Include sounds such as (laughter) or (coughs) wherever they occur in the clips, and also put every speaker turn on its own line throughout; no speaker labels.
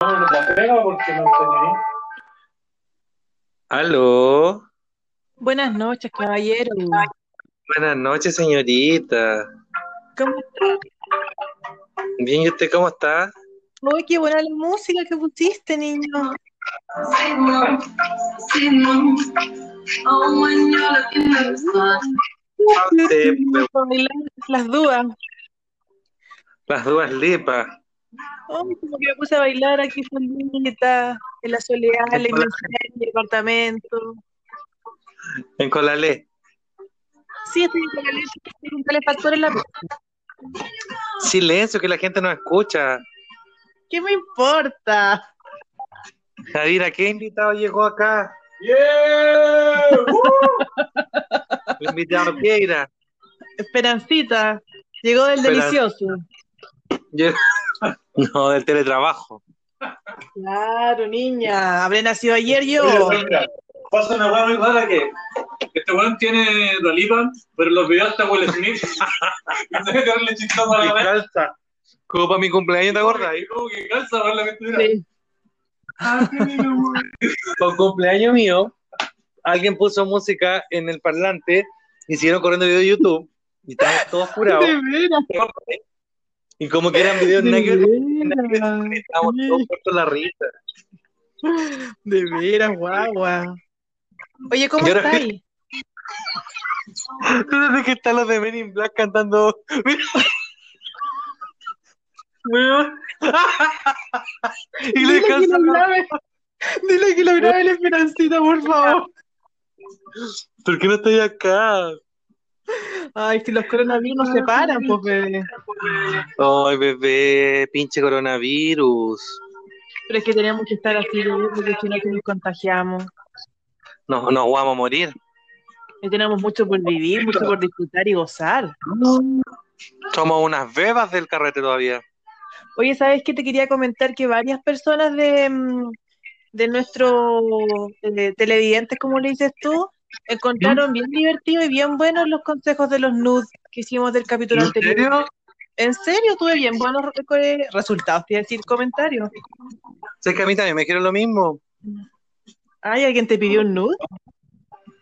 no me la pega porque no entendí.
Aló.
Buenas noches, caballero.
Buenas noches, señorita.
¿Cómo estás?
Bien, ¿y usted cómo está?
Uy, qué buena la música que pusiste, niño. Oh,
Sí, pues,
Bailando Las dudas.
las dudas lipas.
Ay, como que me puse a bailar aquí solita, en la soledad, en la iglesia, en mi departamento.
En Colalé.
Sí, estoy con la leche, estoy con el factor en la
Silencio, que la gente no escucha.
¿Qué me importa?
Nadira, ¿qué invitado llegó acá?
¡Yeah!
(laughs)
¡Uh!
El invitado Piedra.
Esperancita, llegó del
Esperan-
delicioso.
Yo- (laughs) No, del teletrabajo.
Claro, niña, habré nacido ayer yo.
Oye, mira, Pasa una hueá muy rara que este weón tiene Dolipa, pero en los videos está Will Smith.
(laughs)
No sé qué darle chistoso a
Y
la weá.
calza. Como para mi cumpleaños, ¿te acuerdas?
Y como que calza, weón, la vestidura.
Sí.
Ah, qué lindo, weón.
Con cumpleaños mío, alguien puso música en el parlante, hicieron corriendo video de YouTube y estábamos todos curados.
De veras,
Y como que eran videos
de
negros,
veras.
estábamos todos puestos la risa.
De veras, guagua. Oye, ¿cómo
Y ahora-
estáis?
Desde que están los de Men in Black cantando. Mira. Weón. (laughs) y le
Dile que
cantan.
lo grabe. Dile que lo grabe la Esperancita, por favor.
¿Por qué no estoy acá?
Ay, si los coronavirus nos separan, pues bebé.
Ay, bebé, pinche coronavirus.
Pero es que tenemos que estar así, bebé, porque si no que nos contagiamos.
No, nos vamos a morir.
Y tenemos mucho por vivir, mucho por disfrutar y gozar.
Somos unas bebas del carrete todavía.
Oye, ¿sabes qué? Te quería comentar que varias personas de, mm, de nuestros eh, televidentes, como le dices tú, encontraron bien divertido y bien buenos los consejos de los nudes que hicimos del capítulo
¿En
anterior.
serio?
En serio, tuve bien buenos eh, resultados, te iba a decir comentarios.
Sé que a mí también me dijeron lo mismo.
Ay, ¿alguien te pidió un nude?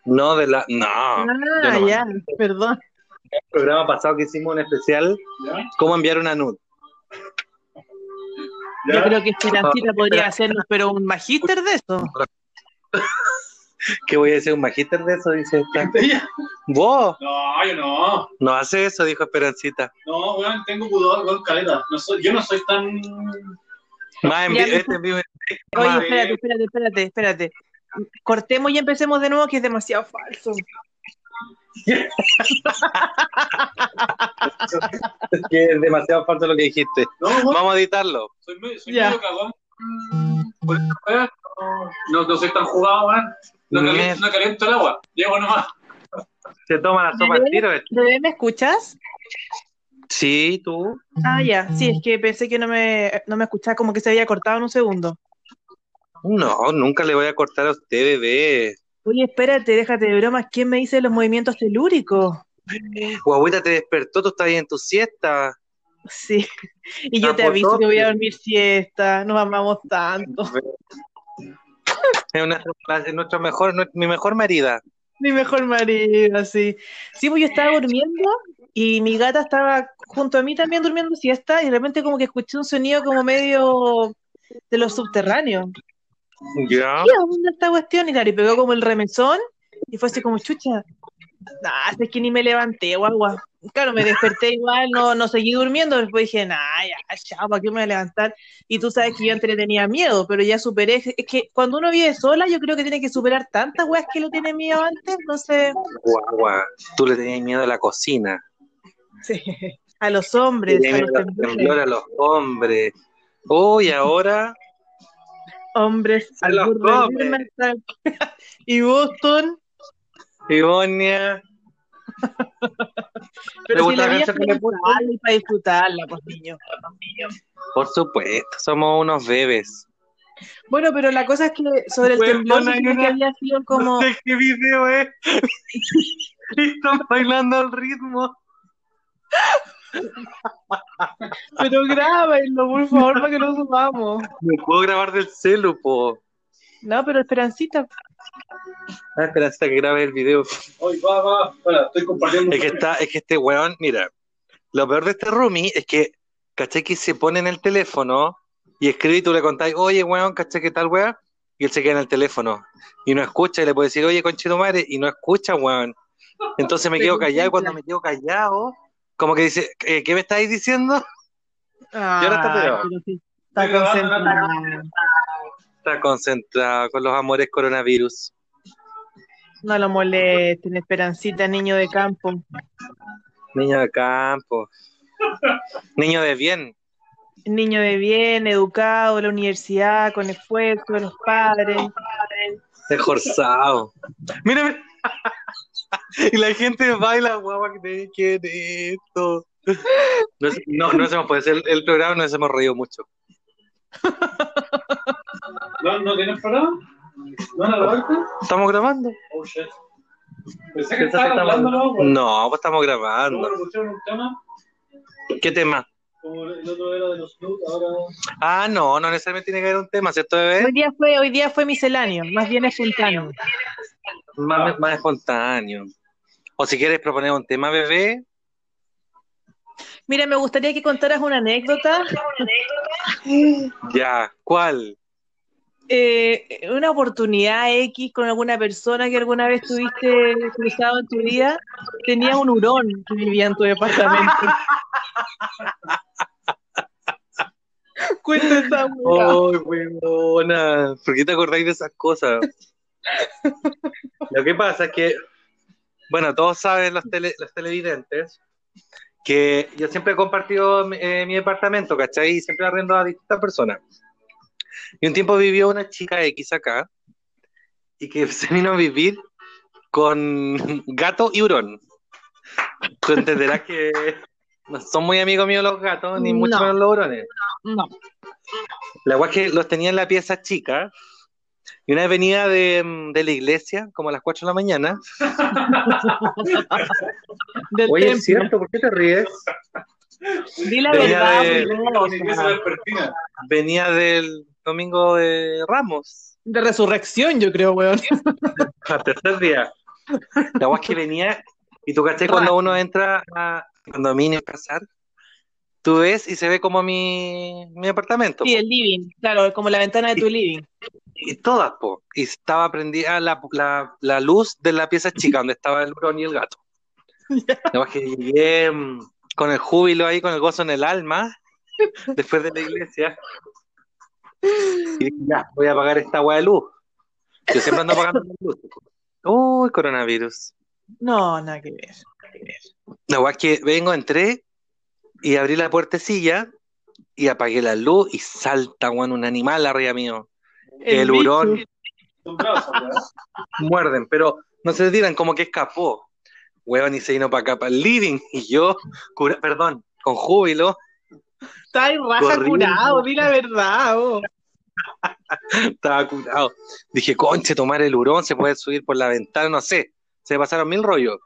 No, de la. No.
Ah,
yo no
ya, perdón.
El programa pasado que hicimos un especial,
¿Ya?
¿Cómo enviar una nud?
Yo
¿Ya?
creo que Esperancita podría hacernos, pero un magíster de eso.
¿Qué voy a decir? ¿Un magíster de eso? Dice esta. ¡Vos!
No, yo no.
No hace eso, dijo Esperancita.
No, weón, tengo pudor, weón, caleta. No soy, yo no soy tan.
Más en
Ya,
vivo-
mi-
este en vivo-
Oye,
Madre.
espérate, espérate, espérate, espérate. Cortemos y empecemos de nuevo, que es demasiado falso.
es que es demasiado falso lo que dijiste.
No, weón,
Vamos a editarlo.
soy medio, soy
Ya.
medio cagón. Por esa weá, no, no soy tan jugado, weón. No caliento, no caliento el agua. Llego nomás.
Se toma la sopa al tiro. eh.
Bebé, ¿me escuchas?
Sí, tú.
Ah, ya, sí, es que pensé que no me, no me escuchaba, como que se había cortado en un segundo.
No, nunca le voy a cortar a usted, bebé.
Oye, espérate, déjate de bromas, ¿quién me dice los movimientos telúricos?
Guaguita te despertó, tú estás ahí en tu siesta.
Sí, (laughs) y yo
Ah,
te
por
aviso
dos,
que voy a
pues.
dormir siesta, nos amamos tanto. (laughs)
Es una- es nuestra mejor, nu- mi mejor marida.
Mi mejor marido, así. Sí, pues yo estaba durmiendo y mi gata estaba junto a mí también durmiendo siesta y de repente como que escuché un sonido como medio de los subterráneos.
Ya.
(laughs) ¿Qué onda esta cuestión? Y claro, y pegó como el remesón y fue así como chucha. Nah, es que ni me levanté, guagua. Claro, me desperté igual, no, no seguí durmiendo, después dije, nah, ya, chao, ¿para qué me voy a levantar? Y tú sabes que yo antes le tenía miedo, pero ya superé. Es que cuando uno vive sola, yo creo que tiene que superar tantas weas que le tiene miedo antes, entonces...
Guagua, tú le tenías miedo a la cocina.
Sí, a los hombres,
Le
a
tenías
los
miedo al
temblores.
temblor, a los hombres. Uy, ahora
hombres,
A
al
los
burro de
hombres.
Wilmington. (laughs) y Boston.
Ivonia.
Pero si
gusta
la
la
vida
canción que le puse?
para disfrutarla, pues niños.
Por supuesto, somos unos bebés.
Bueno, pero la cosa es que sobre el
Bueno,
temblor
no
se
hay
supone que
una-
había sido (laughs) como...
sé qué video es. Están bailando al ritmo.
Pero grábenlo, (laughs) por favor, para que lo subamos.
Me puedo grabar del celu, po.
No, pero Esperancita.
Ah, espera hasta que grabe el video.
Hoy va, va, espera, estoy compartiendo.
Es que está, es que este weón, mira, lo peor de este roomie es que, caché que se pone en el teléfono y escribe y tú le contás, oye weón, caché que tal weón, y él se queda en el teléfono y no escucha y le puede decir, oye conchito madre, y no escucha weón. Entonces me
Te
quedo callado y cuando
escucha.
me quedo callado, como que dice, "Eh, ¿qué me estáis diciendo?
Ah,
ahora está pegado.
pero sí, Está concentrado.
Está concentrado con los amores coronavirus.
No lo molesten, Esperancita, niño de campo.
Niño de campo. Niño de bien.
Niño de bien, educado, de la universidad, con esfuerzo, de los padres.
Esforzado. Mira, mira. (laughs) Y la gente baila, guapa, que te que esto. No, es- no, no hacemos, puede ser el, el programa, nos hemos reído mucho.
¿No, ¿No tienes programa? ¿No la grabaste?
¿Estamos grabando?
Oh shit. Pensé que
¿Pensás que
estaba
estamos-
hablando, Ah, ¿no? Bueno,
No, pues estamos
luego
grabando.
le pusieron un tema,
¿Qué tema?
como el otro era de los Snoop, ahora.
Ah, no, no necesariamente tiene que haber un tema, ¿cierto, bebé?
Hoy día fue, hoy día fue misceláneo, más bien espontáneo.
Más, más espontáneo. O si quieres proponer un tema, bebé.
Mira, me gustaría que contaras una anécdota,
Ya, ¿cuál?
eh, una oportunidad X con alguna persona que alguna vez tuviste cruzado en tu vida. Tenía un hurón que vivía en tu departamento. (laughs) Cuenta esa weá.
¡Ay, weona! ¿Por qué te acordáis de esas cosas? Lo que pasa es que, bueno, todos saben los, tele- los televidentes que yo siempre he compartido mi- eh, mi departamento, ¿cachai? Y siempre arrendo a distintas personas. Y un tiempo vivió una chica X acá y que se vino a vivir con gato y hurón. Tú entenderás que no son muy amigos míos los gatos, ni mucho
No.
menos los hurones.
No.
La guay que los tenía en la pieza chica. Y una vez venía de, mm, de la iglesia, como a las 4 de la mañana.
Del
Oye,
templo.
es cierto, ¿por qué te ríes?
Di la
Venía
verdad,
de-
primero, o
Ni que se
sea,
despertina.
Venía del domingo de Ramos,
de resurrección, yo creo, weón.
al tercer día. La guay que venía, y tú caché cuando uno entra a condominio a casar, tú ves y se ve como mi, mi apartamento.
Sí, el living, claro, como la ventana de tu living.
Y todas, po. Y estaba prendida la, la- la luz de la pieza chica donde estaba el hurón y el gato. Nada más que llegué mm, con el júbilo ahí, con el gozo en el alma, después de la iglesia. Y dije, ya, voy a pagar esta agua de luz. Yo siempre ando pagando la luz. Uy, coronavirus.
No, nada que ver.
La agua que vengo, entré y abrí la puertecilla y apagué la luz y salta, weón, un animal arriba mío. El,
bicho.
hurón.
Son bravos, ¿verdad?
muerden, pero no se tiran, como que escapó. Huevón y se vino para acá, para el living. Y yo, cura- perdón, con júbilo,
Está ahí raja
Corriendo.
curado, di la verdad. oh.
estaba curado. Dije, conche, tomar el hurón, se puede subir por la ventana, no sé. Se pasaron mil rollos.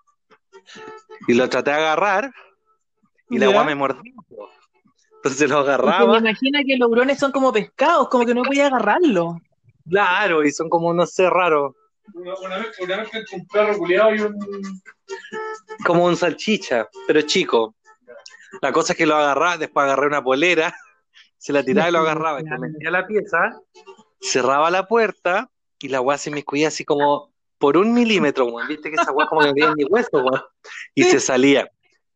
Y lo traté de agarrar y la
Ya.
guá me mordió. Entonces lo
Porque me
agarraba,
imagina que los hurones son como pescados, como que no podía agarrarlo.
claro, y son como, no sé, raro,
Una, una vez, una vez que entró un perro culiado y un.
como un salchicha, pero chico. La cosa es que lo agarraba, después agarré una polera, (laughs) se la tiraba y lo agarraba, y me metía a la pieza, cerraba la puerta y la weá se me escudía así como por un milímetro, weón. Viste que esa weá como que no tenía ni hueso, weón. Y
Sí.
se salía,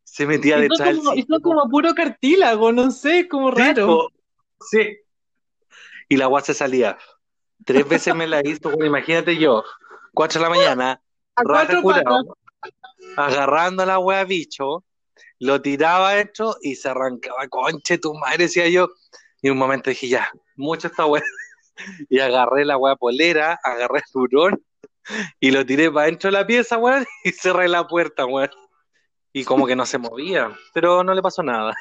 se metía
Y
detrás
son,
del
como, y
sillón.
son como puro cartílago, no sé, como raro.
Tipo, Sí. Y la weá se salía. Tres veces me la hizo, weón, imagínate yo, cuatro de la mañana,
A
raja
cuatro
curado,
patas.
agarrando a la wea bicho, lo tiraba dentro y se arrancaba, conche tu madre, decía yo. Y un momento dije, ya, mucho esta wea. (laughs) Y agarré la wea polera, agarré el turón y lo tiré para dentro de la pieza, weón, (laughs) y cerré la puerta, weón. Y como que no se movía, pero no le pasó nada.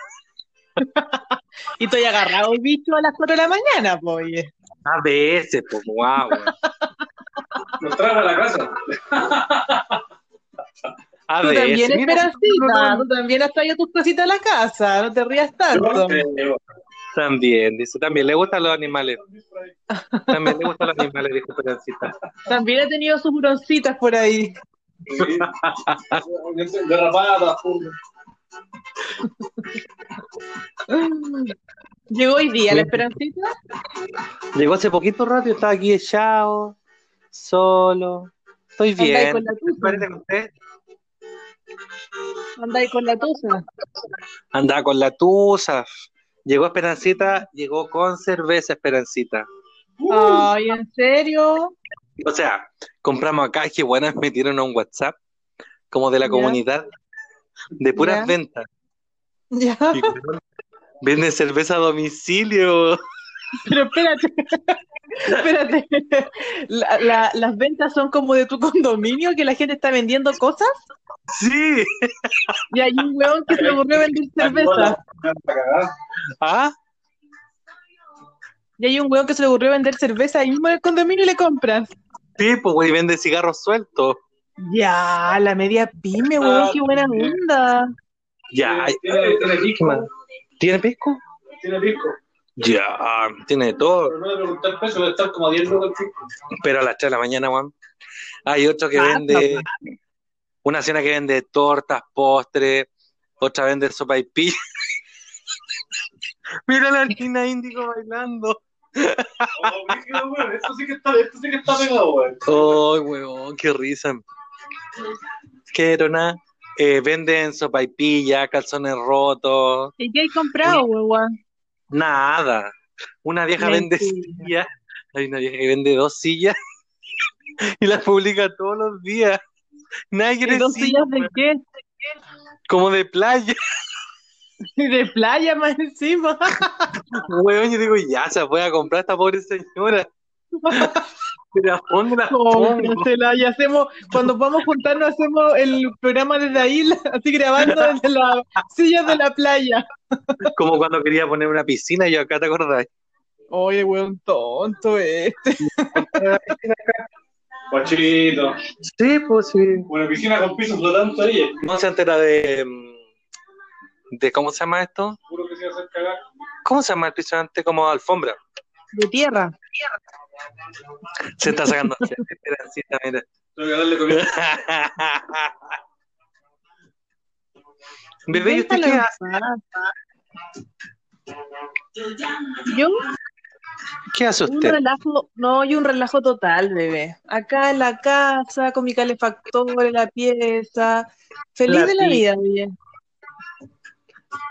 Y estoy agarrado el bicho a las cuatro de la mañana, po, oye.
A veces, pues, guau, weón.
Lo trajo a la casa.
A
Tú
ver,
también,
mira,
Esperancita, tú también has traído tus cositas a la casa, no te rías tanto.
También, dice, también le gustan los animales. También le gustan los animales, dijo Esperancita.
También ha tenido sus broncitas por ahí. (laughs)
Derrapada. pum.
Llegó hoy día la esperancita.
Llegó hace poquito rato y estaba aquí echado, solo. Estoy
Andáis
bien.
con la
¿Qué parece
tusa.
que usted?
Andáis con la tusa.
Andaba con la tusa. Llegó Esperancita, llegó con cerveza Esperancita. Uh.
Ay, ¿en serio? (laughs)
O sea, compramos acá, que (laughs) buenas, metieron a un WhatsApp, como de la
Ya.
comunidad, de puras
Ya.
ventas.
Ya,
Y, weón, Venden cerveza a domicilio.
pero espérate. Espérate. La- la- las ventas son como de tu condominio, que la gente está vendiendo cosas
Sí.
y hay un weón que se le ocurrió vender cerveza.
¿Ah?
Y hay un weón que se le ocurrió vender cerveza ahí mismo en el condominio y le compras.
Sí, pues, güey, vende cigarros sueltos.
Ya, la media pyme,
Ah,
weón, qué buena onda.
Ya.
Tiene- tiene
¿Qué más?
disco.
¿Tiene pisco?
Tiene disco.
Ya, tiene de todo.
Pero no le pregunté el peso, debe estar como a 10 lucas el disco.
Pero a las 3 de la mañana, Juan. Hay otro que
Ah,
vende. Una señora que vende tortas, postres. Otra vende sopa y pi. (laughs) Mira la altina índigo bailando.
Oh, mira, weón, Esto sí que está, esto sí que está pegado, weón.
¡Ay, huevón! ¡Qué risa! Quiero nada. Eh, venden sopaipilla, calzones rotos,
¿Y qué hay comprado, weón?
nada. Una vieja vende
Mentira.
sillas. Hay una vieja que vende dos sillas (laughs) y las publica todos los días. Nadie
¿Y
quiere
dos
sillas,
sillas de qué? (laughs)
como de playa.
De playa más
(laughs)
encima.
Huevón, yo digo, ya se puede comprar esta pobre señora. Pero ¿a dónde la pongo?
Cómprasela y hacemos, cuando vamos a juntarnos, hacemos el programa desde ahí, (laughs) la- así grabando desde la silla de la playa.
Como cuando quería poner una piscina, yo acá te acordás.
Oye, weón, tonto este.
Guachito.
Sí, pues sí.
Una piscina con piso flotante ahí. eh.
No se entera de. mm, de ¿Cómo se llama esto?
Juro que se iba a hacer cagar.
¿Cómo se llama el piso antes como alfombra?
De tierra.
Se está sacando. (laughs) Esperancita, mira.
Tengo que darle comida.
Bebé, ¿y usted qué
Déjalo en
hace?
paz. Yo
¿Qué hace
un
usted?
relajo, no, yo un relajo total, bebé. Acá en la casa, con mi calefactor en la pieza. Feliz
La
de la
pi-
vida, bebé.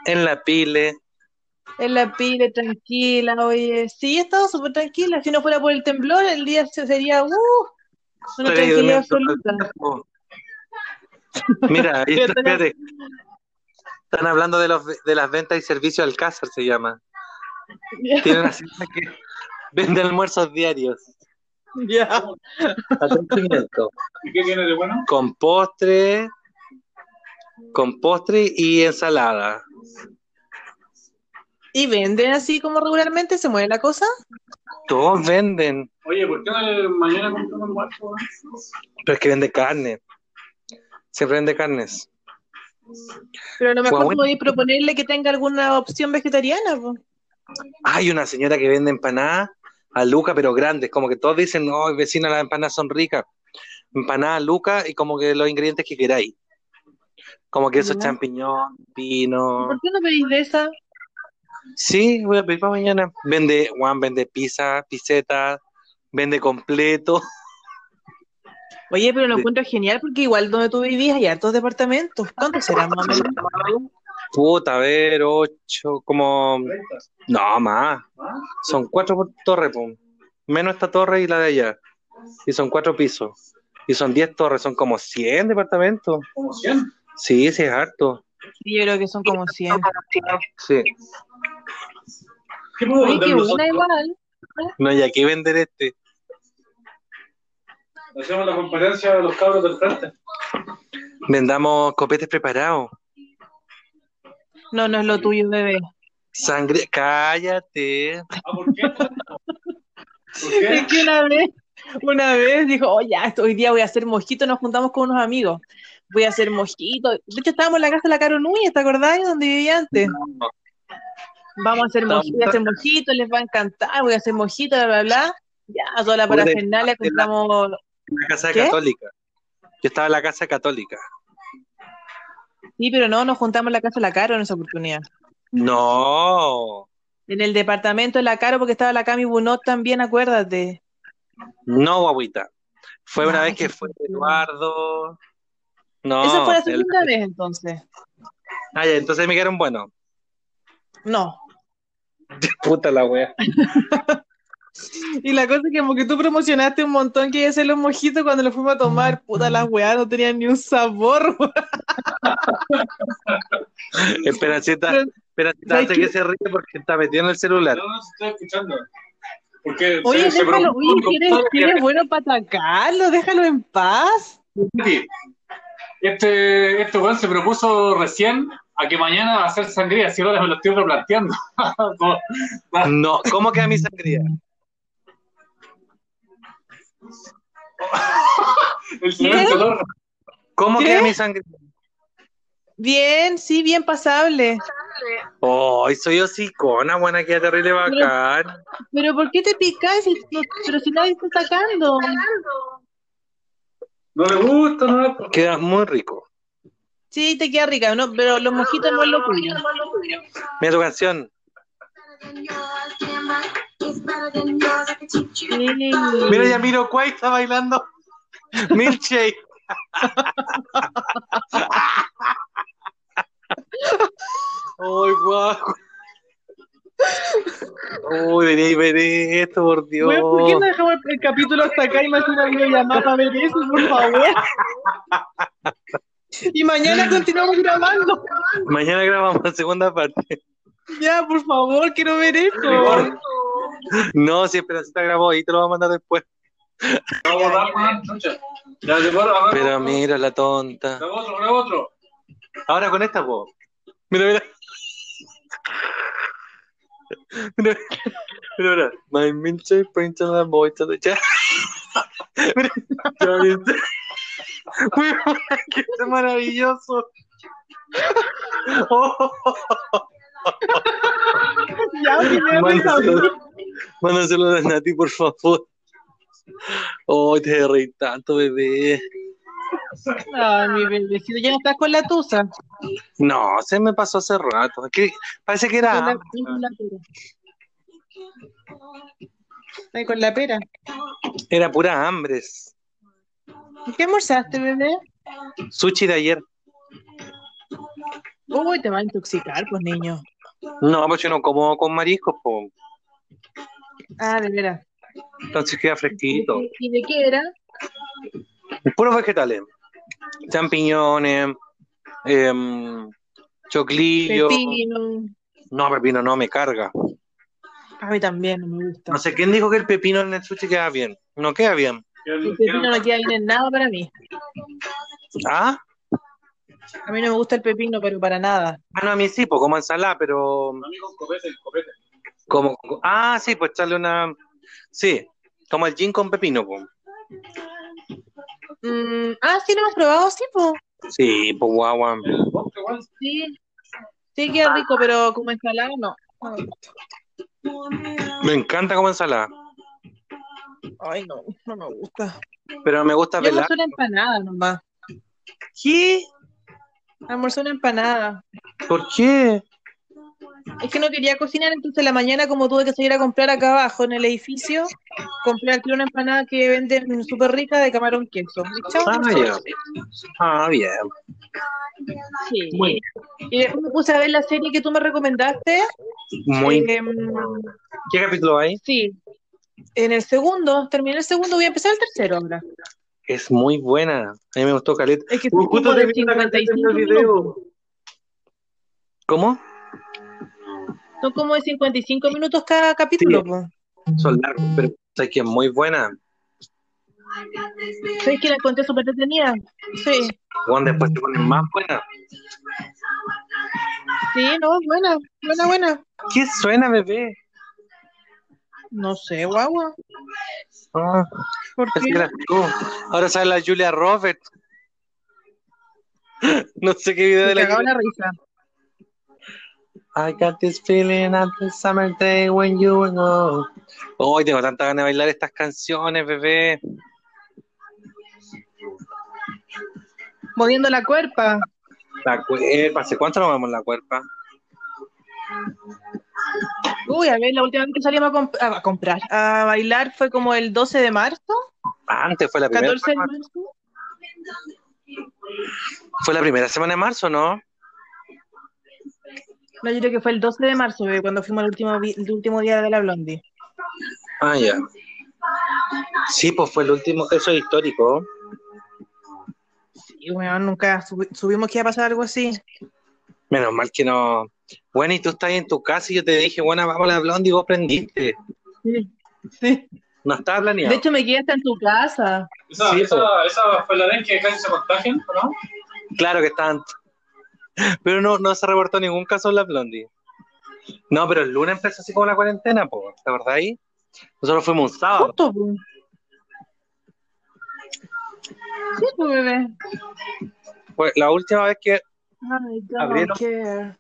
En la pile.
En la pile, tranquila, oye. Sí, he estado súper tranquila. Si no fuera por el temblor, el día se- sería, uh, una
Estaría ahí
tranquilidad
durmiendo (laughs)
absoluta.
todo el tiempo. Mira, ahí está, espérate. Están hablando de, los, de las ventas y servicios Alcázar, se
(laughs)
llama. Tienen una señora que vende almuerzos diarios.
Ya.
A 3.500.
¿Y qué tiene de bueno?
con postre, con postre y ensalada.
¿Y venden así como regularmente? ¿Se mueve la cosa?
Todos venden,
Oye, ¿por qué no le- mañana compramos un eh? guacho? weón?
pero es que vende carne. Siempre vende carnes.
Pero a lo mejor
Guau,
podéis proponerle que tenga alguna opción vegetariana. po.
Hay una señora que vende empanadas a Luca, pero grandes. Como que todos dicen, no, vecina, las empanadas son ricas. Empanadas a Luca y como que los ingredientes que queráis. Como que eso es
Ya.
champiñón, pino.
¿Por qué no pedís de esa?
Sí, voy a pedir para mañana. Vende, Juan, vende pizza, pizzeta, vende completo. (laughs)
Oye, pero lo
Sí.
encuentro genial porque igual donde tú vivías hay hartos departamentos. ¿Cuántos serán más o menos?
(laughs) Puta, a ver, ocho, como...
Treinta.
No, más.
¿Ah?
Son cuatro por- torres, pum. menos esta torre y la de allá. Y son cuatro pisos. Y son diez torres, son como 100 departamentos.
Como 100.
Sí, sí, es harto.
Sí, Yo creo que son como 100.
Sí.
¿Qué puedo
Oye, qué
vender
buena
nosotros?
igual.
No, y aquí vender este.
Hacemos la competencia de los cabros del frente.
Vendamos copetes preparados.
No, no es lo tuyo, bebé.
Sangre. Cállate.
Ah, ¿por qué? ¿Por qué?
"Oh, Es que una vez, una vez dijo, oye, ya, esto- hoy día voy a hacer mojito, nos juntamos con unos amigos. voy a hacer mojito. De hecho, estábamos en la casa de la Caro Núñez, ¿te acordás? Donde vivía antes.
No,
Vamos a hacer
Estamos
mojito, voy a hacer mojito, les va a encantar, voy a hacer mojito, bla, bla, bla. Ya, toda la
Puta,
parafernalia
te la-
compramos.
en la casa
¿Qué?
católica. Yo estaba en la casa católica.
Sí, pero no, nos juntamos en la casa de la Caro en esa oportunidad. Mm.
No,
En el departamento de la Caro, porque estaba la Cami Bunot también, acuérdate.
no, guaguita. Fue una
Ay,
vez que
qué
fue
pena.
Eduardo. No,
Esa fue la
el-
segunda vez entonces.
Ah, ya, entonces me quedaron bueno.
No.
Puta la
(laughs)
wea.
Y la cosa es que como que tú promocionaste un montón que iba a hacer los mojitos cuando los fuimos a tomar, puta las weas, no tenían ni un sabor, weón.
Esperancita,
Pero-
Esperancita,
¿Sabes
hace
qué?
que se ríe porque está metido en el celular.
No, no se está escuchando. Porque
Oye,
se, se
déjalo,
preocupa
oye,
con
¿quién es,
todo lo que-
quién es bueno para atacarlo? Déjalo en paz.
Mati, Este, este weón se propuso recién a que mañana va a hacer sangría, si ahora me lo estoy replanteando. (laughs) Como-
No, ¿cómo queda mi sangría?
el señor color.
¿Cómo
¿Qué?
queda mi sangría?
Bien, sí, bien pasable.
Oh, soy hocicona, buena, queda terrible bacán.
Pero ¿por qué te picás? si no- Pero si nadie está atacando.
No le gusta, no le gusta.
Quedas muy rico.
Sí, te queda rica, ¿no? pero los mojitos no es lo tuyo.
Mira tu canción.
Sí.
Mira, ya miro Quay está (laughs) bailando. Milkshake. Ay, guau. Uy, vení, vení, esto por Dios.
Weón, ¿por qué no dejamos el, el capítulo hasta acá y me hace una videollamada para ver eso, por (laughs) favor?
(laughs)
Y mañana continuamos grabando.
Mañana grabamos la segunda parte.
Ya, por favor, quiero ver eso.
Igual,
No, si Esperancita grabó ahí, te lo va a mandar después.
va a borrar, weón, chucha. Ya, de borra, a ver,
Pero
otro.
mira la tonta.
Graba otro, graba otro.
Ahora con esta, po. Mira, mira. Mira, mira, mira. My milkshake brings the boy to the chat. Mira, ya viste. Weón, ¡Qué maravilloso! Oh,
Ya, que ya me
mándaselo, mándaselo a la Nati, por favor. Oh, te reí tanto, bebé.
Ay, mi bebecito, ya no estás con la tusa.
No, se me pasó hace rato. Que- Parece que
Con la-
era.
con la pera. Ay, con la pera.
Era pura hambre.
¿Qué almorzaste, bebé?
Sushi de ayer.
Uy, te va a intoxicar, pues, niño.
No, pues yo no como con mariscos, po.
Ah, de veras.
entonces queda fresquito.
¿Y de qué era?
Puros vegetales. Champiñones, em, choclillo.
Pepino.
No, pepino no, me carga.
A mí también no me gusta.
No sé quién dijo que el pepino en el sushi queda bien. No queda bien.
El pepino no queda bien en nada para mí.
¿Ah?
A mí no me gusta el pepino, pero para nada.
Ah, no, a mí sí, pues como ensalada, pero
Amigo, copete, copete.
como... Ah, sí, pues echarle una... Sí, como el gin con pepino, po.
Mm, ah, sí, lo hemos probado, sí, po.
Sí, pues guagua.
El bosque, weón.
Sí. Sí, queda rico, pero como ensalada, no.
Me encanta como ensalada,
Ay, no, no me gusta.
pero me gusta
Yo
pelar.
almorzó una empanada nomás.
¿Qué?
Almorzó una empanada.
¿Por qué?
Es que no quería cocinar, entonces la mañana, como tuve que salir a comprar acá abajo en el edificio, compré aquí una empanada que venden súper rica de camarón queso. Y chao,
Ah, ya. Ah, bien.
Sí. Y después me puse a ver la serie que tú me recomendaste.
Muy
Em,
¿Qué capítulo hay?
Sí. En el segundo, terminé el segundo, voy a empezar el tercero ahora.
Es muy buena. A mí me gustó Caleta.
Es que
Uy,
son como de 55 minutos.
¿Cómo?
Son como de 55 minutos cada capítulo.
Sí.
po.
Son largos, pero sé que es muy buena.
¿Sabes que la encontré súper detenida? Sí,
Bueno, después se ponen más buenas.
sí, no, buena, buena, buena.
¿Qué suena, bebé?
No sé, guagua.
Ah,
¿Por
pensé
qué?
que eras tú. Ahora sale la Julia Roberts. (laughs) No sé qué video de la
Me cagaba la risa.
I got this feeling at the summer day when you were gone. Hoy tengo tanta ganas de bailar estas canciones, bebé.
Moviendo la cuerpa.
La cuerpa, ¿hace cuánto no vemos la cuerpa?
Uy, a ver, la última vez que salimos a, comp- a- a comprar, a bailar fue como el 12 de marzo,
Antes fue la primera.
14 de marzo.
Fue la primera semana de marzo, ¿no?
No, yo creo que fue el 12 de marzo, bebé, cuando fuimos el último, vi- el último día de la Blondie.
Ah, ya. Sí, pues fue el último. Eso es histórico.
Y bueno, nunca subi- subimos que iba a pasar algo así.
Menos mal que no. Bueno, y tú estás ahí en tu casa y yo te dije, bueno, vamos a la blondie y vos prendiste.
Sí. sí.
No estaba planeado.
De hecho, me quedé hasta en tu casa.
Esa,
Sí,
esa, esa fue la vez que casi se contagian, ¿o ¿no?
Claro que están. (laughs) Pero no, no se reportó ningún caso en la Blondie. No, pero el lunes empezó así como la cuarentena, po, ¿te acordáis? Nosotros fuimos un sábado.
Justo, pues. po. Sí, po, bebé.
Fue la última vez que.
I don't
Abrieron.
care.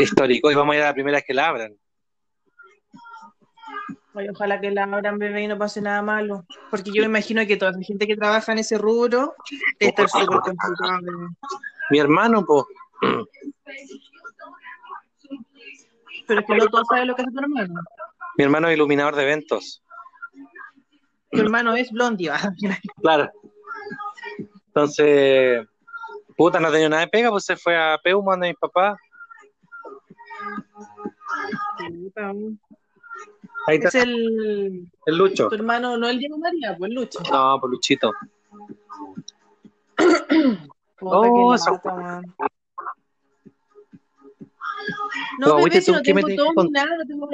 Histórico, y vamos a ir a la primera que la abran.
Ay, ojalá que la abran, bebé, y no pase nada malo. Porque yo me imagino que toda la gente que trabaja en ese rubro debe estar súper complicado, bebé.
Mi hermano, po.
Pero es que no todos saben lo que hace tu hermano.
Mi hermano es iluminador de eventos.
Tu hermano es blondie, va.
Claro. Entonces. Puta, no tenía nada de pega, pues se fue a Peumo, donde mi papá.
Puta, weón.
Ahí está
Es el.
el Lucho.
Tu hermano, no el Diego María, pues Lucho.
No, pues Luchito.
Puta,
No,
qué
esa
lata,
weá.
man.
No,
No,
viste
bebé, si
tú
no
que me
tengo
tenés que
todo ni
contar.
nada, no tengo,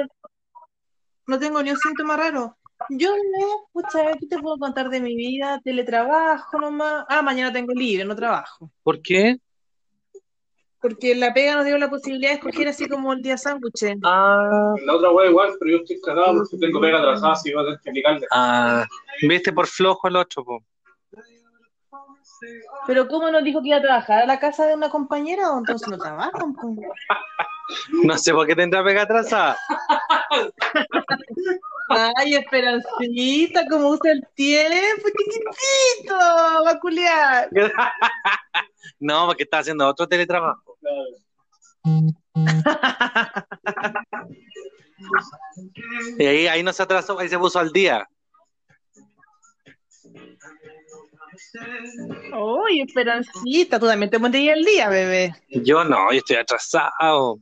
no tengo ni un síntoma raro. Yo, bebé, pucha, ¿qué te puedo contar de mi vida? Teletrabajo nomás. Ah, mañana tengo libre, no trabajo.
¿Por qué?
Porque en la pega nos dio la posibilidad de escoger así como el día sándwich.
Ah.
La otra wea igual, pero yo estoy cagado porque tengo pega atrasada, así que voy a tener que explicarle.
Ah, viste por flojo el pues. otro, po.
Pero ¿cómo nos dijo que iba a trabajar a la casa de una compañera o entonces no trabajan? po?
No sé por qué tendrá pega atrasada. (laughs)
Ay, Esperancita, cómo usa el tiempo, chiquitito, va a culiar.
No, porque está haciendo otro teletrabajo. Y ahí, ahí no se atrasó, ahí se puso al día.
Ay, Esperancita, tú también te pondrías el día, bebé.
Yo no, yo estoy atrasado.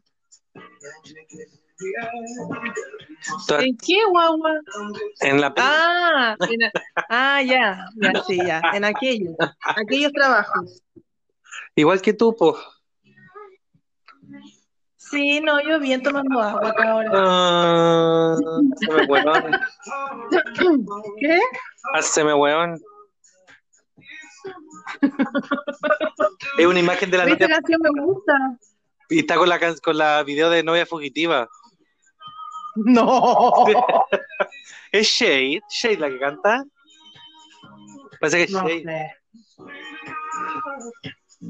Estoy
¿En qué, guagua?
en la pega.
Ah, en a- ah, ya, ya, sí, ya, en aquellos, aquellos trabajos.
Igual que tú, pues. po.
Sí, no, yo bien tomando agua acá ahora. (coughs)
Ah, haceme hueón,
¿Qué?
haceme hueón. Es una imagen de la
Esta
novia
canción me gusta.
y está con la, can- con la video de novia fugitiva.
(laughs) No,
¿Es Shade? ¿Shade la que canta? Parece que es
no
Shade.
sé.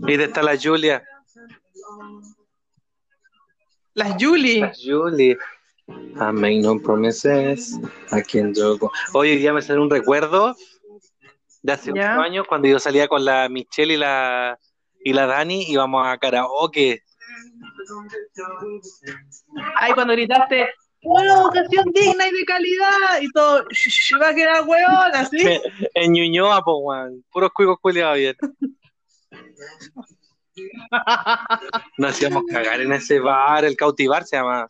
Y está la Julia.
Las Julie.
Julie. I make no promises. I can't do- Hoy día me sale un recuerdo de hace
Ya.
ocho años cuando yo salía con la Michelle y la, y la Dani íbamos a karaoke.
Ay, cuando gritaste, una educación digna y de calidad, y todo, "Shh, va a quedar hueón, así.
En Ñuñoa, po, weón. Puros cuicos culiados bien. Nos hacíamos cagar en ese bar, el cautivar se llama.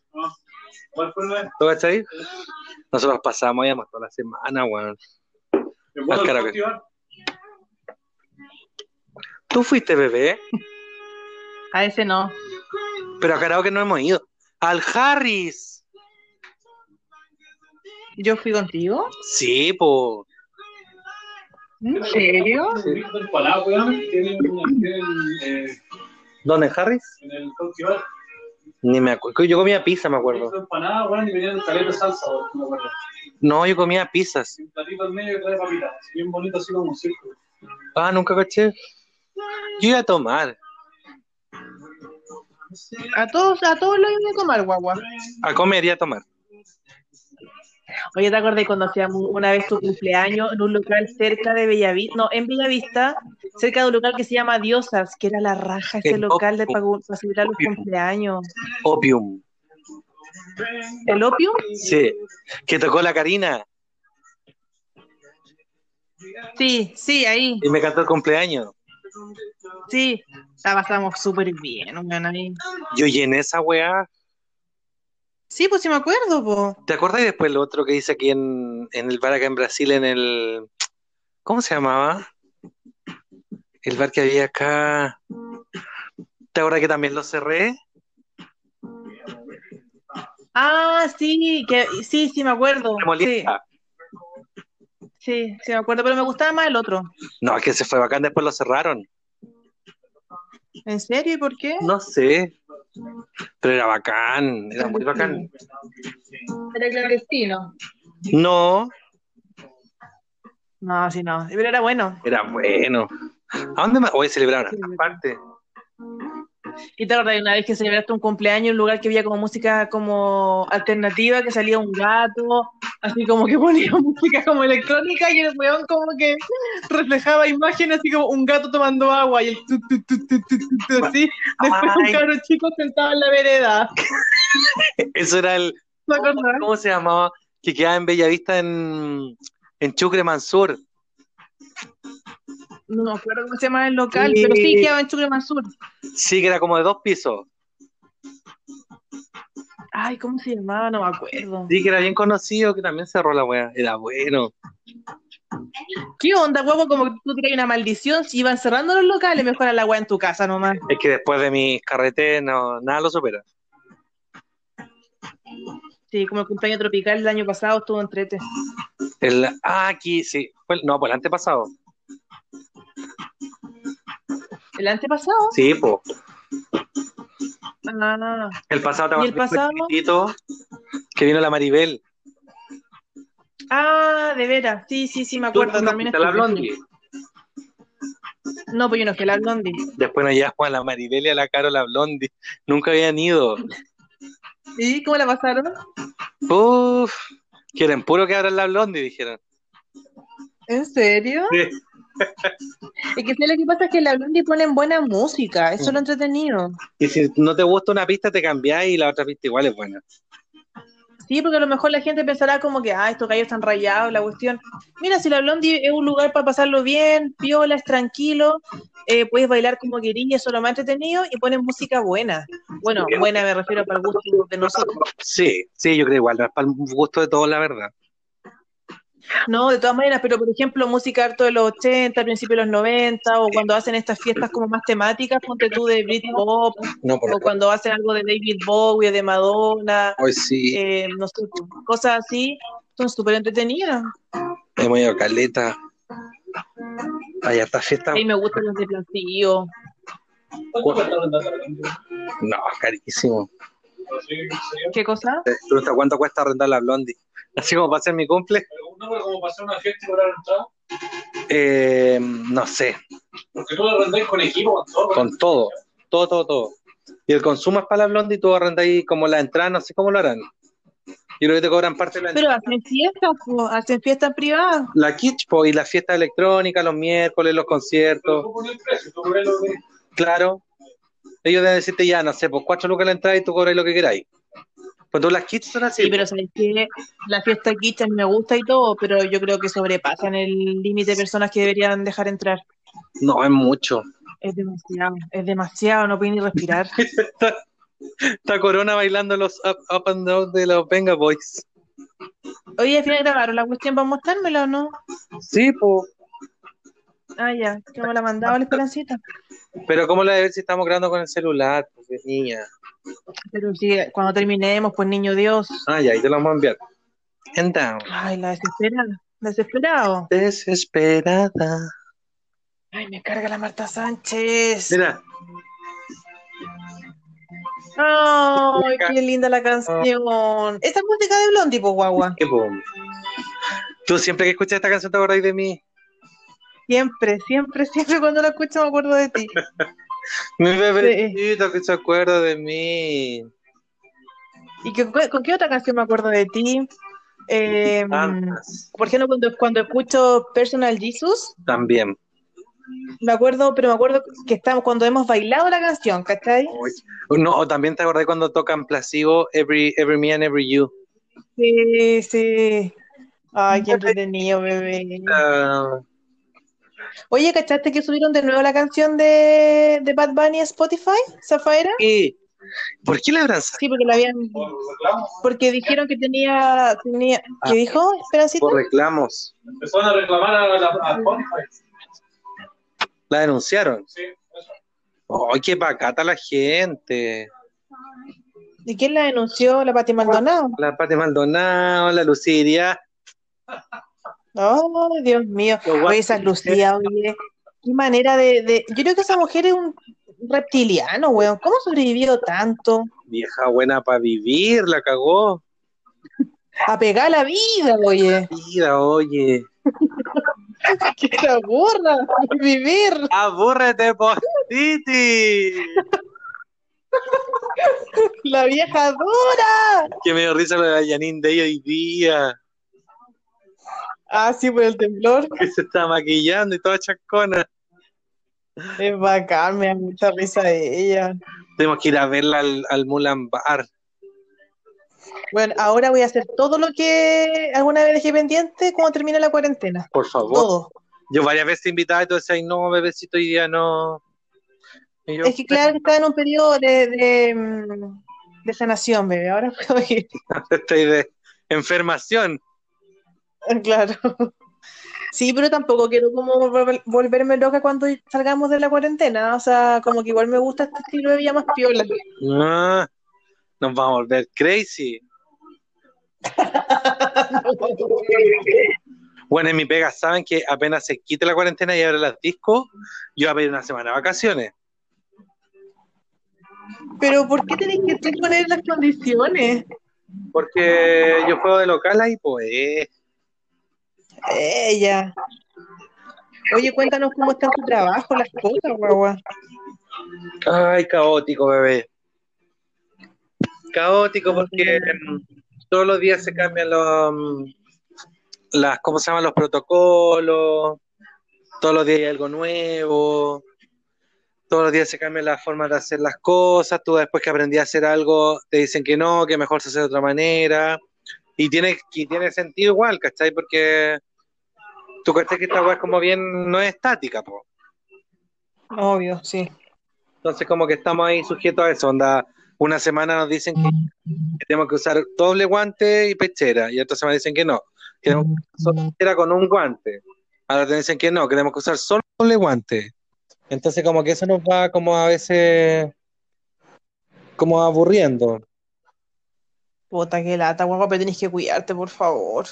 ¿Cuál fue la
¿Tú cachai? Nosotros pasábamos, íbamos toda la semana, weón.
el voto del
Caraca.
festival?
Tú fuiste bebé,
A ese no.
pero a karaoke no hemos ido. Al Harris.
¿Yo fui contigo?
Sí, po.
¿En serio?
Del Palau, weón, tienen- tienen, eh,
¿Dónde Harris?
en el festival,
Ni me acuerdo. Yo comía pizza, me
tienen
acuerdo.
empanadas, weón, y venían caleta de salsa, weón, me acuerdo.
No, yo comía pizzas.
Y un platito al medio y trae papitas, así bien bonito, así como un círculo.
Ah, nunca caché. Yo iba a tomar.
A todos, a todos los iban a tomar, guagua.
A comer y a tomar.
Oye, ¿te acordás cuando hacíamos una vez tu cumpleaños en un local cerca de Bellavista? No, en Bellavista, cerca de un local que se llama Diosas, que era la raja ese
El
local de
Opium.
para para celebrar los
Opium.
cumpleaños.
Opium.
¿El opio?
Sí. Que tocó la Karina
Sí, sí, ahí.
y me cantó el cumpleaños.
Sí, la pasamos súper bien, weón, ahí.
Yo llené esa weá.
Sí, pues sí me acuerdo, po.
¿Te acuerdas y después lo otro que hice aquí en, en el bar acá en Brasil, en el. ¿Cómo se llamaba? El bar que había acá. ¿Te acuerdas que también lo cerré?
Ah, sí, que sí, sí me acuerdo.
Me
Sí,
molesta.
sí, sí me acuerdo, pero me gustaba más el otro.
No, es que se fue bacán, después lo cerraron.
¿En serio? ¿Y por qué?
No sé. Pero era bacán, era muy bacán.
Era clandestino.
No,
No, sí, no. Pero era bueno.
era bueno. ¿A dónde más? Hoy celebraron aparte.
¿Y te acordás de una vez que celebraste un cumpleaños en un lugar que había como música como alternativa, que salía un gato, así como que (laughs) ponía música como electrónica y el weón como que reflejaba imágenes así como un gato tomando agua y el tu, tu, tu, tu, tu, tu, tu, así. Después un
Ay.
cabro chico sentado en la vereda.
Eso era el.
¿Te acordás?
¿Cómo se llamaba? Que quedaba en Bellavista en, en Chucre Mansur.
No me acuerdo cómo se llama el local,
Sí.
pero sí quedaba en Chucre Sur.
Sí, que era como de dos pisos.
Ay, ¿cómo se llamaba? No me acuerdo.
Sí, que era bien conocido, que también cerró la wea. Era bueno.
¿Qué onda, guapo? Como que tú tiras una maldición, si iban cerrando los locales, mejor al agua en tu casa nomás.
Es que después de mis carretes, no, nada lo supera.
Sí, como el cumpleaños tropical del año pasado estuvo entrete.
El, ah, aquí sí. Fue el- no, pues el antepasado.
¿El antepasado?
Sí, pues.
Ah,
El pasado estaba
¿Y el pasado?
chiquitito, que vino la Maribel.
ah, de veras. Sí, sí, sí, me
Tú
acuerdo.
no
También este
fuiste a la
estuve.
Blondie.
No, pues yo no fui a la blondie.
Después nos llevamos a la Maribel y a la Caro la Blondie. Nunca habían ido.
¿Y cómo la pasaron?
Uf, quieren puro que abran la Blondie, dijeron.
¿En serio?
Sí.
Es que sé lo que pasa es que en la blondie ponen buena música, eso es lo
Mm.
entretenido.
Y si no te gusta una pista, te cambiáis y la otra pista igual es buena.
Sí, porque a lo mejor la gente pensará como que, ah, estos gallos están rayados, la cuestión. Mira, si la Blondie es un lugar para pasarlo bien, piola, es tranquilo, eh, puedes bailar como querías, eso es lo más entretenido, y ponen música buena. Bueno, buena me refiero para el gusto de nosotros.
Sí, sí, yo creo igual. No es para el gusto de todos, la verdad.
No, de todas maneras, pero por ejemplo, música harto de los 80, principios de los 90, o cuando hacen estas fiestas como más temáticas, ponte tú de Britpop,
No, por
o cuando hacen algo de David Bowie, de Madonna,
hoy sí.
eh, no sé, cosas así, son súper entretenidas.
Hemos ido a Caleta. Hay harta fiesta.
A mí me gustan los de platillo.
No, carísimo.
¿Qué cosa?
Te pregunta cuánto cuesta arrendar la Blondie. Así como pasa en mi cumple,
No, pero como pasar una fiesta y cobrar entrada,
eh, no sé,
porque tú la arrendáis con equipo, con todo.
con todo, todo, todo, todo. Y el consumo es para la Blondie, tú arrendáis como la entrada, no sé cómo lo harán. Yo creo que te cobran parte de la entrada.
Pero hacen fiestas, po, hacen fiestas privadas.
La Kitschpo y la fiesta electrónica, los miércoles, los
Pero
conciertos,
tú pones el precio, tú pones lo que-
claro. Ellos deben decirte ya, no sé, pues cuatro lucas la entrada y tú cobráis lo que queráis. Pues tú las kits son así.
Sí, pero sabes que la fiesta kitsch a mí me gusta y todo, pero yo creo que sobrepasan el límite de personas que deberían dejar entrar.
No, es mucho.
Es demasiado, es demasiado, no pueden ni respirar.
Está Corona bailando los up, up and down de los Venga Boys.
Oye, al final grabaron la cuestión para mostrármela o no.
Sí, pues.
Ah, ya, que me la mandaba la esperancita.
Pero ¿cómo la de ver si estamos grabando con el celular? Pues, de niña.
Pero sí, cuando terminemos, pues niño Dios.
Ah, ya, ahí te la vamos a enviar. And down.
Ay, la desesperada, desesperado.
Desesperada.
Ay, me carga la Marta Sánchez.
Mira,
Ay, qué linda la canción. Esta es música de Blondie, pues guagua.
qué boom. Tú siempre que escuchas esta canción te acordáis de mí.
Siempre, siempre, (laughs) siempre cuando lo escucho me acuerdo de ti.
Mi bebecito que se acuerda de mí.
¿Y que- con qué otra canción me acuerdo de ti? Eh,
Mm. Tantas.
por ejemplo, cuando, cuando escucho Personal Jesus,
También.
me acuerdo, pero me acuerdo que estamos cuando hemos bailado la canción, ¿cachai?
No, o también te acordé cuando tocan Placebo, Every, every Me and Every You.
Sí, sí. Ay, qué entretenido, bebé.
Ah,
Oye, ¿cachaste que subieron de nuevo la canción de, de Bad Bunny a Spotify, Zafaira?
¿y ¿Por qué le habrán sacado?
Sí, porque la habían, porque dijeron que tenía, tenía, ¿qué dijo, Esperancita?
Por reclamos.
Empezaron a reclamar a, la, a Spotify.
La denunciaron.
Sí, eso.
¡Ay, qué pacata la gente!
¿Y quién la denunció? La Pati Maldonado.
La Pati Maldonado, la Lucidia.
Oh, Dios mío.
Los
Oye,
guapos.
esa Lucía, oye. Qué manera de, de- Yo creo que esa mujer es un reptiliano, weón. ¿Cómo sobrevivió tanto?
Vieja buena para vivir, la cagó.
A pegar la vida, oye.
Vida, oye.
(laughs) Que se aburra de vivir.
¡Abúrrete, Postiti!
La vieja dura.
que me dio risa lo de Janine Day hoy día.
Ah, sí, por el temblor.
Que se está maquillando y toda chascona.
Es bacán, me da mucha risa ella.
Tenemos que ir a verla al, al Mulan Bar.
Bueno, ahora voy a hacer todo lo que alguna vez dejé pendiente cuando termine la cuarentena.
Por favor.
Todo.
Yo varias veces te invitaba y tú decías, no, bebecito, hoy día no. Y yo,
Es que claro que estaba en un periodo de, de, mm, de sanación, bebé. Ahora (laughs) puedo ir.
estoy de enfermación.
(laughs) Claro. Sí, pero tampoco quiero como vol- volverme loca cuando salgamos de la cuarentena. O sea, como que igual me gusta este estilo de vida más (laughs) piola.
Ah, nos vamos a volver crazy. Bueno, en mi pega saben que apenas se quite la cuarentena y abren las discos, yo voy a pedir una semana de vacaciones.
Pero ¿por qué tenéis que poner las condiciones?
Porque yo juego de local ahí, pues. eh.
Ella. Oye, cuéntanos cómo está tu trabajo, las cosas, guagua.
Ay, caótico, bebé. Caótico porque mm, todos los días se cambian los, mm, las, ¿cómo se llaman? Los protocolos. Todos los días hay algo nuevo. Todos los días se cambia la forma de hacer las cosas. Tú después que aprendí a hacer algo, te dicen que no, que mejor se hace de otra manera. Y tiene, y tiene sentido igual, ¿cachai? Porque tú cachai que esta weá es como bien, no es estática, po.
Obvio, sí.
Entonces, como que estamos ahí sujetos a eso. Onda, una semana nos dicen que, que tenemos que usar doble guante y pechera, y otra semana dicen que no. Que tenemos que usar solo pechera con un guante. Ahora te dicen que no, que tenemos que usar solo doble guante. Entonces, como que eso nos va como a veces como aburriendo.
Puta, qué lata, guagua, pero tenés que cuidarte, por favor.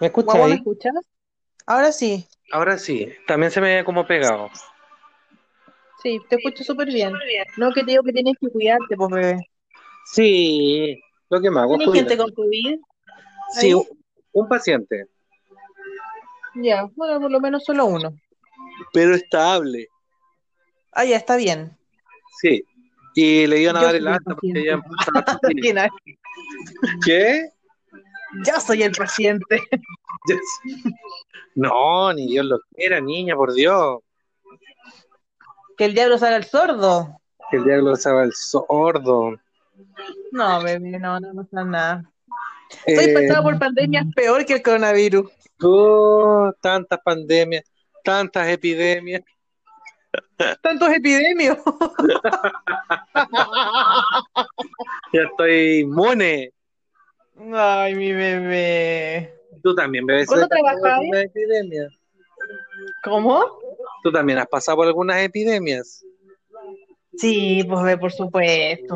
¿Me escuchas
Guagua, ¿me
ahí?
escuchas? Ahora sí.
Ahora sí, también se me ve como pegado.
Sí, te escucho súper bien. No, que te digo que tienes que cuidarte, pues, bebé.
Sí, lo que me hago es
¿Tienes gente
cuidar.
con COVID?
Sí,
ahí?
un- un paciente,
Ya, bueno, por lo menos solo uno.
pero estable.
Ah, ya, está bien.
Sí. Y le iban a
Yo
dar
soy
el
el
alta porque ella
Bien, ah,
¿Qué?
Ya soy el paciente.
No, ni Dios lo quiera, niña, por Dios.
Que el diablo salga al sordo.
Que el diablo sabe el sordo.
No, bebé, no, no pasa nada. Soy
Eh,
pasado por pandemias peor que el coronavirus.
oh, tantas pandemias, tantas epidemias.
Tantos epidemios.
Ya estoy inmune.
Ay, mi bebé.
Tú también, bebé.
¿Cuándo
¿sabes?
trabajáis?
Algunas epidemias.
¿Cómo?
Tú también has pasado por algunas epidemias.
Sí, pues, bebé, por supuesto.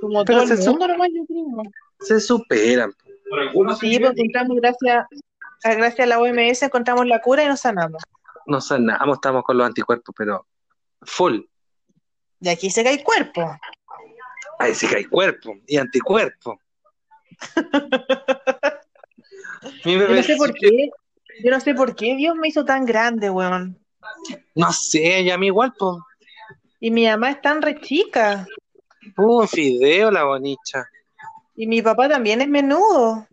Como
Pero
todo el
se su-
mundo nomás, yo creo.
Se superan.
Por algunos
Sí, pues encontramos gracias, a- gracias a la OMS encontramos la cura y nos sanamos.
Nos sanamos, estamos con los anticuerpos, pero full.
Y aquí se cae el cuerpo. (laughs)
Ahí sí que hay cuerpo y anticuerpo. Mi
Yo
bebé-
no sé por qué. Yo no sé por qué Dios me hizo tan grande, weón.
No sé, y a mí igual, pues.
Y mi mamá es tan re chica.
Hubo un fideo, la bonicha.
Y mi papá también es menudo.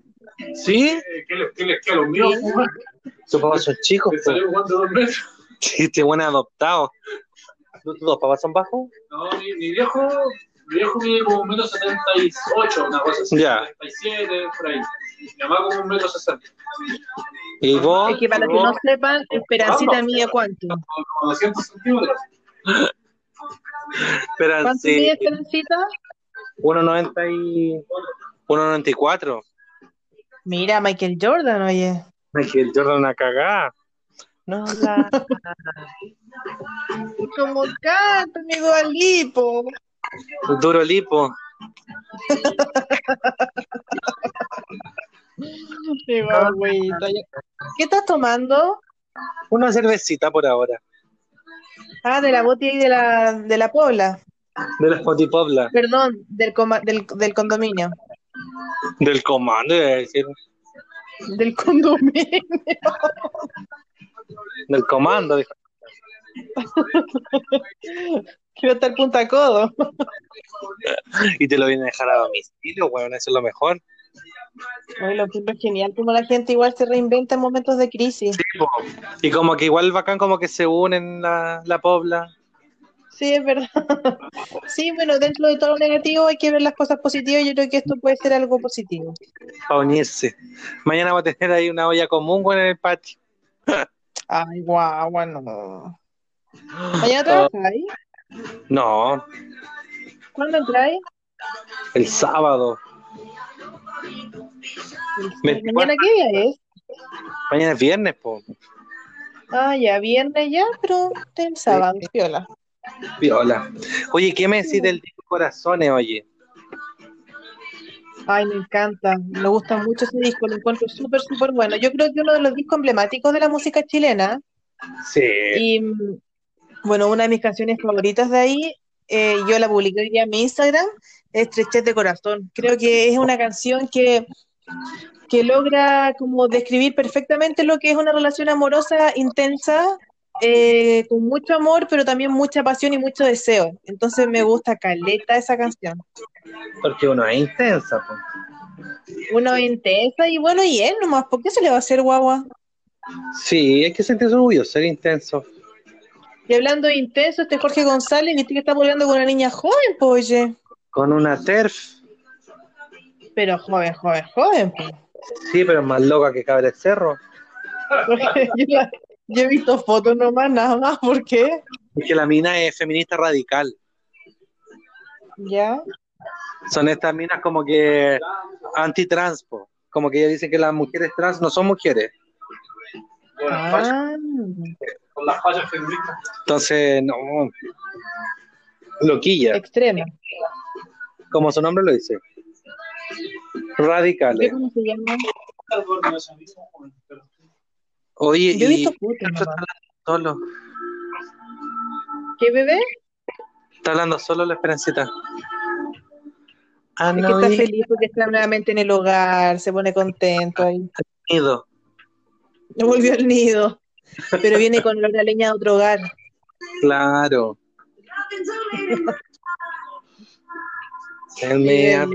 ¿Sí?
Eh, ¿Qué les, qué les queda a los míos?
Sus papás son chicos,
¿Te
po.
salió jugando dos meses?
Sí, este buen adoptado. ¿Tus dos papás son bajos?
No, mi, mi viejo, mi viejo mide como un metro setenta y ocho, una cosa así.
Ya.
Setenta y siete, por ahí. Mi mamá como un metro sesenta.
¿Y vos?
Es que para que no sepan, Esperancita mide cuánto.
como- Como 200 centímetros.
Esperan,
¿Cuánto
sí.
mide Esperancita?
1.90 y... 1.94.
Mira, Michael Jordan, oye.
Ay, que el Jordan a cagar. No, la...
Como canta, mi dualipo.
Duro lipo.
¿Qué estás tomando?
Una cervecita por ahora.
Ah, de la boti ahí de la, de la Pobla.
De la Potipobla.
Perdón, del, coma- del, del condominio.
Del comando, iba a decir.
Del condominio.
Del comando. dijo.
(laughs) Quiero estar punta codo.
Y te lo vienen a dejar a domicilio, weón. Eso es lo mejor.
Oye, lo encuentro genial, como la gente igual se reinventa en momentos de crisis.
Y como que igual bacán como que se unen la, la pobla.
Sí, es verdad. (laughs) Sí, bueno, dentro de todo lo negativo hay que ver las cosas positivas. Yo creo que esto puede ser algo positivo.
Para unirse. Mañana va a tener ahí una olla común weón, en el patio.
Ay, guau, bueno. ¿Mañana trabajáis?
No,
¿Cuándo entráis?
el sábado. Veinticuatro.
¿Mañana qué día es?
Mañana es viernes, po.
Ah, ya, viernes ya, pero el sábado, piola.
Viola. Oye, ¿qué me decís del disco Corazones, oye?
Ay, me encanta, me gusta mucho ese disco, lo encuentro súper, súper bueno. Yo creo que uno de los discos emblemáticos de la música chilena.
Sí.
Y mm, bueno, una de mis canciones favoritas de ahí, eh, yo la publiqué hoy día en mi Instagram, es Trechez de Corazón. Creo que es una canción que, que logra como describir perfectamente lo que es una relación amorosa intensa, eh, con mucho amor, pero también mucha pasión y mucho deseo. Entonces me gusta caleta esa canción.
Porque uno es intensa, po.
Uno intensa y bueno, y él nomás, ¿por qué se le va a hacer guagua?
Sí, hay que sentirse orgulloso, ser intenso.
Y hablando de intenso, este Jorge González, viste que está volando con una niña joven, po, oye.
Con una TERF.
Pero joven, joven, joven, po.
Sí, pero más loca que cabre el cerro.
Porque (laughs) yo, la- yo he visto fotos nomás, nada más, ¿por qué?
Es que la mina es feminista radical.
Ya.
Son estas minas como que anti-trans, po. Como que ellas dicen que las mujeres trans no son mujeres.
Con las fallas-
Ah,
Con las fallas feministas.
Entonces, no. Loquilla,
extrema.
como su nombre lo dice. eh. Radicales.
¿Cómo se llama?
Oye,
Yo he
y
visto fotos
está
nomás.
hablando solo.
¿Qué bebé?
Está hablando solo la esperancita. Ah,
Es que está
Anonido.
feliz porque está nuevamente en el hogar, se pone contento ahí. Volvió al nido, pero viene con olor a leña de otro hogar.
Claro. Tell me
Eh,
how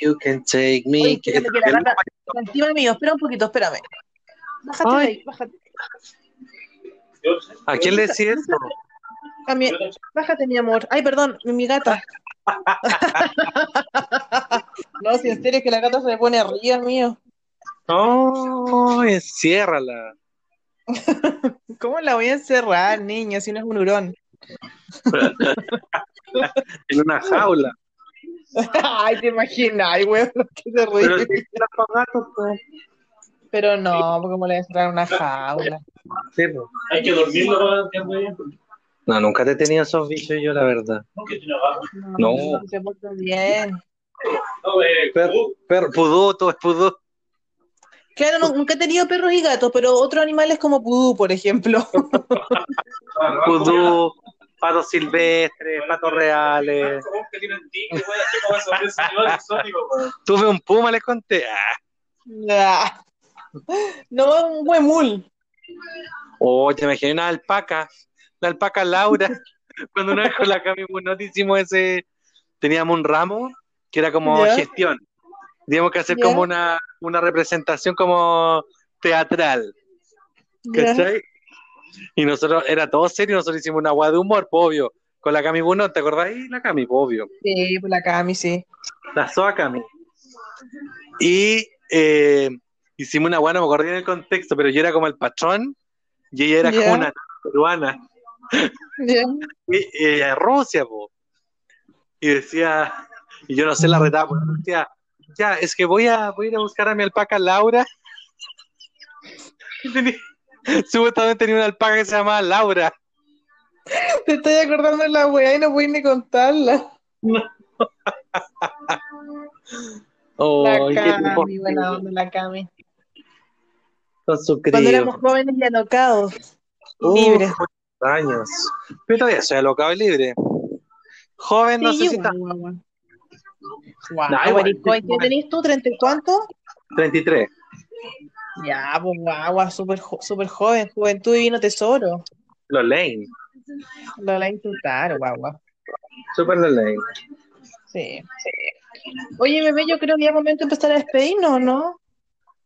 you can take me.
Oye, espérame que la
que-
gata- Encima mío, espera un poquito, espérame. Bájate de
Ay.
ahí, bájate.
Yo-
¿A quién le decís eso?
Ah, mi-
yo no-
Bájate, mi amor. Ay, perdón, mi gata. (laughs) no, si en serio es que la gata se le pone arriba, mío.
No, enciérrala.
¿Cómo la voy a encerrar, niña, si no es un hurón?
En una jaula.
(laughs) Ay, te imaginas, ay, weón, qué terrible. Pero,
pues.
no, porque como le voy a encerrar en una jaula.
Sí, po.
Hay que dormirlo para entiendo bien.
No, nunca te he tenido esos bichos yo, la verdad.
Porque tiene abajo.
No.
Se porta bien.
No, eh,
Perro, perro, pudú, todo es pudú.
Claro, no- nunca he tenido perros y gatos, pero otros animales como pudú, por ejemplo.
Pudú, patos silvestres, patos reales.
que tienen tigre, güey, así como esos- esos animales exóticos, güey.
Tuve un puma, les conté. Ah,
Ah, (laughs) No, un huemul.
Oh, te imaginé una alpaca, la alpaca
(laughs)
Laura. Cuando una vez con la Cami Munoz hicimos ese, teníamos un ramo que era como
Ya.
gestión. Teníamos que hacer
Ya.
como una, una representación como teatral, ¿cachai? Y nosotros, era todo serio, nosotros hicimos una agua de humor, po, obvio. Con la Cami Munoz, ¿te acordáis? La Cami, po, obvio.
Sí, por la Cami, sí.
La Soa Cami. Y eh, hicimos una buena, me acordé en el contexto, pero yo era como el patrón y ella era
Ya.
como una peruana.
Ya.
y- eh, a Rusia, po. Y decía, y yo no sé la retaba, po, decía, ya, es que voy a, voy a ir a buscar a mi alpaca Laura. (laughs) Y tenía- Supuestamente tenía una alpaca que se llamaba Laura.
Te estoy acordando de la weá y no voy ni contarla.
Oh, qué tiempo.
buena onda, la Cami.
Con su
Cuando
crío.
éramos jóvenes y alocados.
Uh,
libres.
años. Pero todavía soy alocado y libre. Joven, no sé si está. Nah,
Guau,
igual,
marico, ¿y ¿qué
igual.
tenés tú? ¿Treinta y cuánto?
33.
Ya, pues guagua, súper jo- súper joven, juventud divino tesoro.
Los Lane.
Lo la insultaron, guagua.
Super los Lane.
Sí. Oye, bebé, yo creo que ya es momento de empezar a despedirnos, ¿no?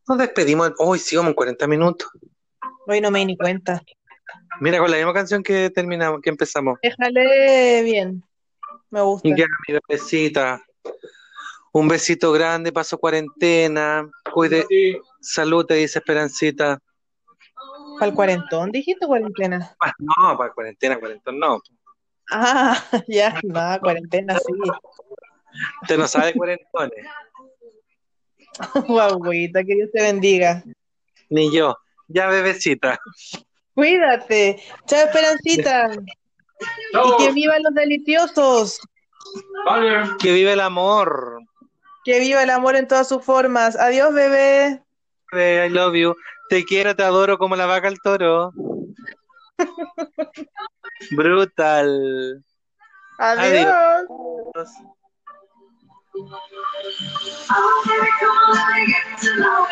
Nos despedimos. Hoy sí, vamos en 40 minutos.
Hoy no me di ni cuenta.
Mira, con la misma canción que terminamos, que empezamos.
Déjale bien. Me gusta.
Ya, mi bebecita. Un besito grande, paso cuarentena. Cuide,
Sí.
salud, te dice Esperancita.
¿Para el cuarentón, dijiste cuarentena?
Ah, no, para cuarentena, cuarentón, no.
Ah, (laughs) ya, no, cuarentena, sí. (laughs)
Usted no sabe cuarentones, (laughs)
Guagüita, que Dios te bendiga.
ni yo. Ya, bebecita.
Cuídate. Chao, Esperancita.
Chao.
Y que vivan los deliciosos.
Vale.
Que vive el amor.
Que viva el amor en todas sus formas. Adiós, bebé.
Eh, I love you. Te quiero, te adoro como la vaca al toro. Brutal. Adiós.
Adiós.
Oh, baby, come on, get to know